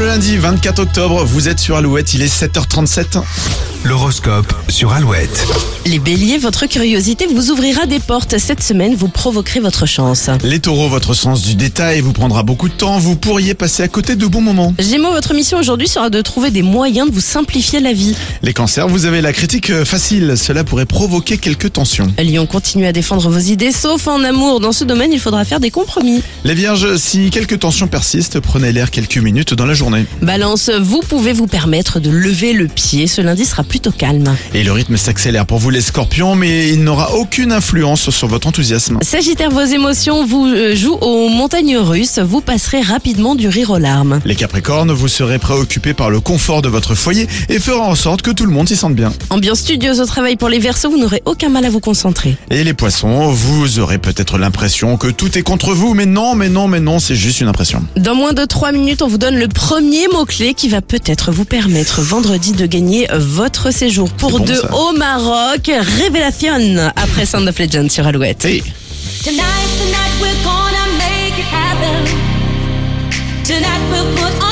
lundi 24 octobre, vous êtes sur Alouette, il est 7h37. L'horoscope sur Alouette. Les béliers, votre curiosité vous ouvrira des portes. Cette semaine, vous provoquerez votre chance. Les taureaux, votre sens du détail vous prendra beaucoup de temps, vous pourriez passer à côté de bons moments. Gémeaux, votre mission aujourd'hui sera de trouver des moyens de vous simplifier la vie. Les cancers, vous avez la critique euh, facile, cela pourrait provoquer quelques tensions. Lyon, continuez à défendre vos idées, sauf en amour. Dans ce domaine, il faudra faire des compromis. Les vierges, si quelques tensions persistent, prenez l'air quelques minutes dans la journée. Balance, vous pouvez vous permettre de lever le pied. Ce lundi sera plutôt calme. Et le rythme s'accélère pour vous les scorpions, mais il n'aura aucune influence sur votre enthousiasme. Sagittaire, vos émotions vous euh, jouent aux montagnes russes. Vous passerez rapidement du rire aux larmes. Les capricornes, vous serez préoccupés par le confort de votre foyer et fera en sorte que tout le monde s'y sente bien. Ambiance studieuse au travail pour les Verseaux, vous n'aurez aucun mal à vous concentrer. Et les poissons, vous aurez peut-être l'impression que tout est contre vous, mais non, mais non, mais non, c'est juste une impression. Dans moins de 3 minutes, on vous donne le premier mot-clé qui va peut-être vous permettre vendredi de gagner votre séjour pour C'est bon, deux ça. au Maroc. Révélation après Sound of Legends sur Alouette. Hey. Tonight's the night we're gonna make it happen. Tonight we'll put on.